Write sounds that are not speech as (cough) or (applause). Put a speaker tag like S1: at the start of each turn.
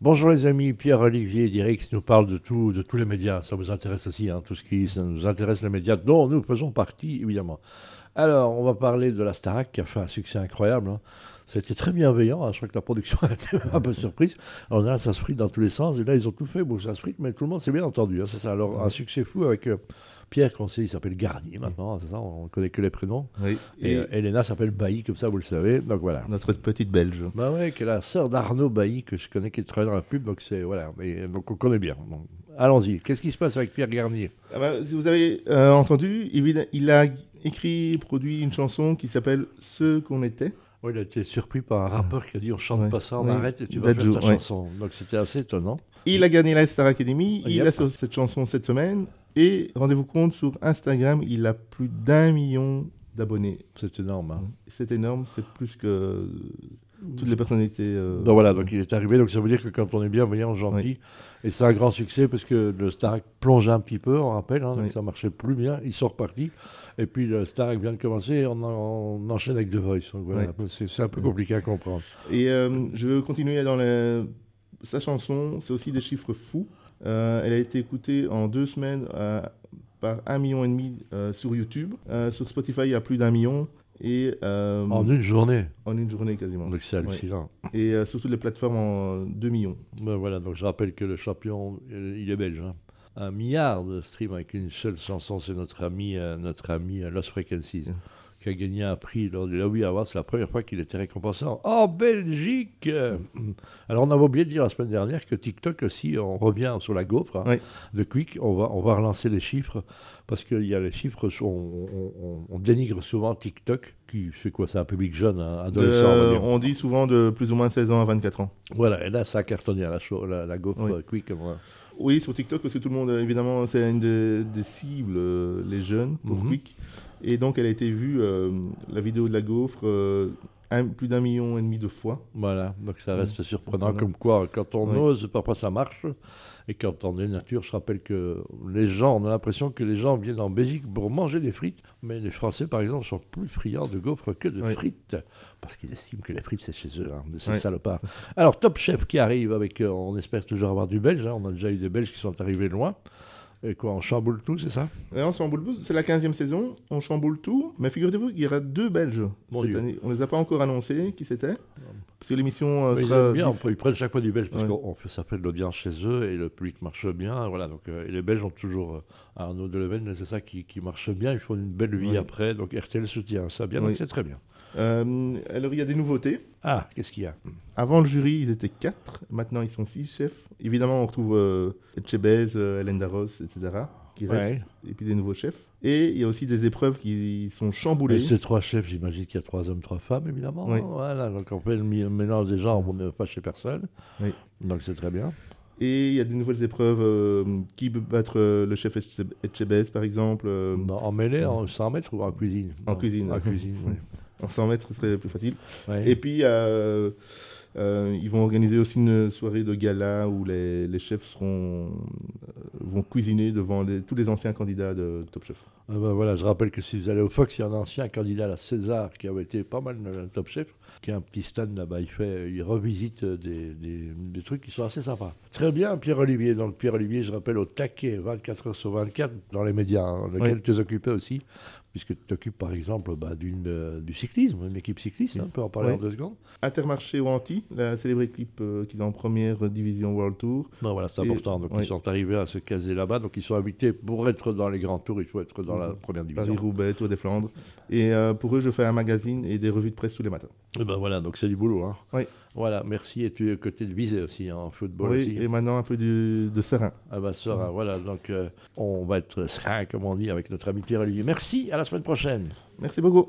S1: Bonjour les amis, Pierre-Olivier Dirix nous parle de tout, de tous les médias. Ça vous intéresse aussi, hein, tout ce qui ça nous intéresse, les médias dont nous faisons partie, évidemment. Alors, on va parler de la Starac qui a fait un succès incroyable. hein. C'était très bienveillant. hein. Je crois que la production (laughs) a été un peu surprise. On a ça se frite dans tous les sens. Et là, ils ont tout fait. Bon, ça se frite, mais tout le monde s'est bien entendu. hein, c'est ça. Alors, un succès fou avec euh, Pierre qu'on sait, il s'appelle Garnier maintenant. hein, C'est ça, on ne connaît que les prénoms.
S2: Oui.
S1: Et,
S2: Et,
S1: euh, Elena s'appelle Bailly, comme ça, vous le savez. Donc voilà.
S2: notre petite Belge.
S1: Bah ouais, qui est la sœur d'Arnaud Bailly, que je connais, qui travaille dans la pub, donc c'est voilà, mais donc on connaît bien. Bon, Allons-y. Qu'est-ce qui se passe avec Pierre Garnier
S2: Ah bah, si vous avez euh, entendu, il, il a écrit et produit une chanson qui s'appelle Ce qu'on était.
S1: Oui, Oh, il a été surpris par un rappeur qui a dit on chante
S2: Ouais.
S1: pas ça, on
S2: Oui.
S1: arrête et tu vas faire
S2: Dadju,
S1: ta
S2: ouais.
S1: chanson. Donc c'était assez étonnant.
S2: Il a gagné la Star Academy,
S1: Ah,
S2: il
S1: yep.
S2: a sorti cette chanson cette semaine. Et rendez-vous compte, sur Instagram, il a plus d'un million d'abonnés.
S1: C'est énorme. hein.
S2: C'est énorme, c'est plus que euh, toutes les personnalités. euh,
S1: Donc Bah voilà, donc il est arrivé, donc ça veut dire que quand on est bien, voyant, gentil, et c'est un grand succès parce que le Starac plonge un petit peu, on rappelle, hein, donc
S2: Oui.
S1: ça marchait plus bien, ils sont repartis, et puis le Starac vient de commencer, et on, en- on enchaîne avec The Voice. Donc voilà, c'est c'est un peu compliqué à comprendre.
S2: Et euh, je veux continuer dans la- sa chanson, c'est aussi des chiffres fous. Euh, elle a été écoutée en deux semaines à- par un million et demi euh, sur YouTube. Euh, sur Spotify, il y a plus d'un million. Et euh,
S1: En une journée,
S2: en une journée quasiment.
S1: donc c'est hallucinant.
S2: Et euh, sur toutes les plateformes, en 2 millions.
S1: Ben voilà, donc je rappelle que le champion, euh, il est belge. hein. Un milliard de streams avec une seule chanson, c'est notre ami, euh, notre ami euh, Lost Frequencies,
S2: Mm.
S1: qui a gagné un prix lors du Laoui Awards. C'est la première fois qu'il était récompensé en- en Belgique. Euh,
S2: Mm.
S1: Alors on avait oublié de dire la semaine dernière que TikTok aussi, on revient sur la gaufre hein,
S2: Oui.
S1: de Quick. On va, on va relancer les chiffres parce qu'il y a les chiffres, on, on- on- on dénigre souvent TikTok, qui c'est quoi C'est un public jeune, hein,
S2: De-
S1: adolescent. on va dire.
S2: Euh, on dit souvent de plus ou moins 16 ans à 24 ans.
S1: Voilà, et là ça a cartonné à la, cho- la, la gaufre
S2: Oui.
S1: euh, Quick. on va-
S2: Oui, sur TikTok, parce que tout le monde, euh, évidemment, c'est une des, des cibles, euh, les jeunes, pour
S1: Mhm.
S2: Quick. Et donc, elle a été vue, euh, la vidéo de la gaufre, euh, un- plus d'un million et demi de fois.
S1: Voilà, donc ça reste surprenant
S2: Surprenant.
S1: comme quoi, quand on
S2: Oui.
S1: ose, parfois ça marche. Et quand on est nature, je rappelle que les gens, on a l'impression que les gens viennent en Belgique pour manger des frites, mais les Français, par exemple, sont plus friands de gaufres que de
S2: Oui.
S1: frites, parce qu'ils estiment que les frites, c'est chez eux, hein, de ces
S2: Oui.
S1: salopards. Alors, Top Chef qui arrive avec, euh, on espère toujours avoir du Belge, hein, on a déjà eu des Belges qui sont arrivés loin. Et quoi, on chamboule tout, c'est ça
S2: Et on chamboule tout. C'est la 15e saison, on chamboule tout. Mais figurez-vous qu'il y aura deux Belges
S1: Mon
S2: cette
S1: Dieu.
S2: année. On ne les a pas encore annoncés qui c'était. Parce que l'émission euh,
S1: Mais Ils
S2: sera.
S1: aiment bien, on peut- ils prennent chaque fois du belge parce
S2: Ouais.
S1: qu'on fait ça fait de l'audience chez eux et le public marche bien. Voilà, donc, euh, et les Belges ont toujours euh, Arnaud Deleven, c'est ça qui, qui marche bien. Ils font une belle vie
S2: Ouais.
S1: après, donc RTL soutient ça bien, donc
S2: Oui.
S1: c'est très bien.
S2: Euh, alors, il y a des nouveautés.
S1: Ah, qu'est-ce qu'il y a
S2: Avant le jury, ils étaient quatre. Maintenant, ils sont six chefs. Évidemment, on retrouve euh, Chebez, euh, Hélène Darros, etc. Qui restent.
S1: Ouais.
S2: Et puis des nouveaux chefs. Et il y a aussi des épreuves qui sont
S1: Et
S2: chamboulées.
S1: Ces trois chefs, j'imagine qu'il y a trois hommes, trois femmes, évidemment.
S2: Oui.
S1: hein, Voilà, donc on fait le mi- mélange des genres, on ne pas chez personne.
S2: Oui.
S1: Donc c'est très bien.
S2: Et il y a des nouvelles épreuves. euh, qui peut battre euh, le chef Etche- Etchebest, par exemple euh,
S1: Non, en mêlée, en 100 mètres ou en cuisine
S2: En
S1: Non,
S2: cuisine.
S1: En cuisine, oui.
S2: (laughs) En 100 mètres, ce serait plus facile.
S1: Ouais.
S2: Et puis, euh, euh, ils vont organiser aussi une soirée de gala où les, les chefs seront, euh, vont cuisiner devant les- tous les anciens candidats de Top Chef.
S1: Ah ben voilà, je rappelle que si vous allez au Fox, il y a un ancien candidat à la César qui avait été pas mal dans le top chef, qui a un petit stand là-bas. Il, fait, il revisite euh, des, des- des trucs qui sont assez sympas. Très bien, Pierre-Olivier. Donc, Pierre-Olivier, je rappelle, au taquet, 24 heures sur 24, dans les médias, hein, lequel
S2: Oui.
S1: tu t'occupais aussi, puisque tu t'occupes par exemple bah, d'une, euh, du cyclisme, une équipe cycliste, hein, on peut en parler
S2: Oui.
S1: en deux secondes.
S2: Intermarché ou Anti, la célèbre équipe euh, qui est en première division World Tour.
S1: Non, voilà, c'est
S2: Et-
S1: important. Donc,
S2: oui.
S1: ils sont arrivés à se caser là-bas. Donc, ils sont invités pour être dans les grands tours, il faut être dans la
S2: Mhm.
S1: première division.
S2: Paris-Roubaix, Tour des Flandres. Et euh, pour eux, je fais un magazine et des revues de presse tous les matins.
S1: Et ben voilà, donc c'est du boulot. Hein.
S2: Oui.
S1: Voilà, merci. Et tu es côté de Bizet aussi, hein, en football
S2: oui,
S1: aussi.
S2: et maintenant un peu du- de serein.
S1: Ah bah ça, voilà, (laughs) donc euh, on va être serein, comme on dit, avec notre ami Pierre-Olivier. Merci, à la semaine prochaine.
S2: Merci beaucoup.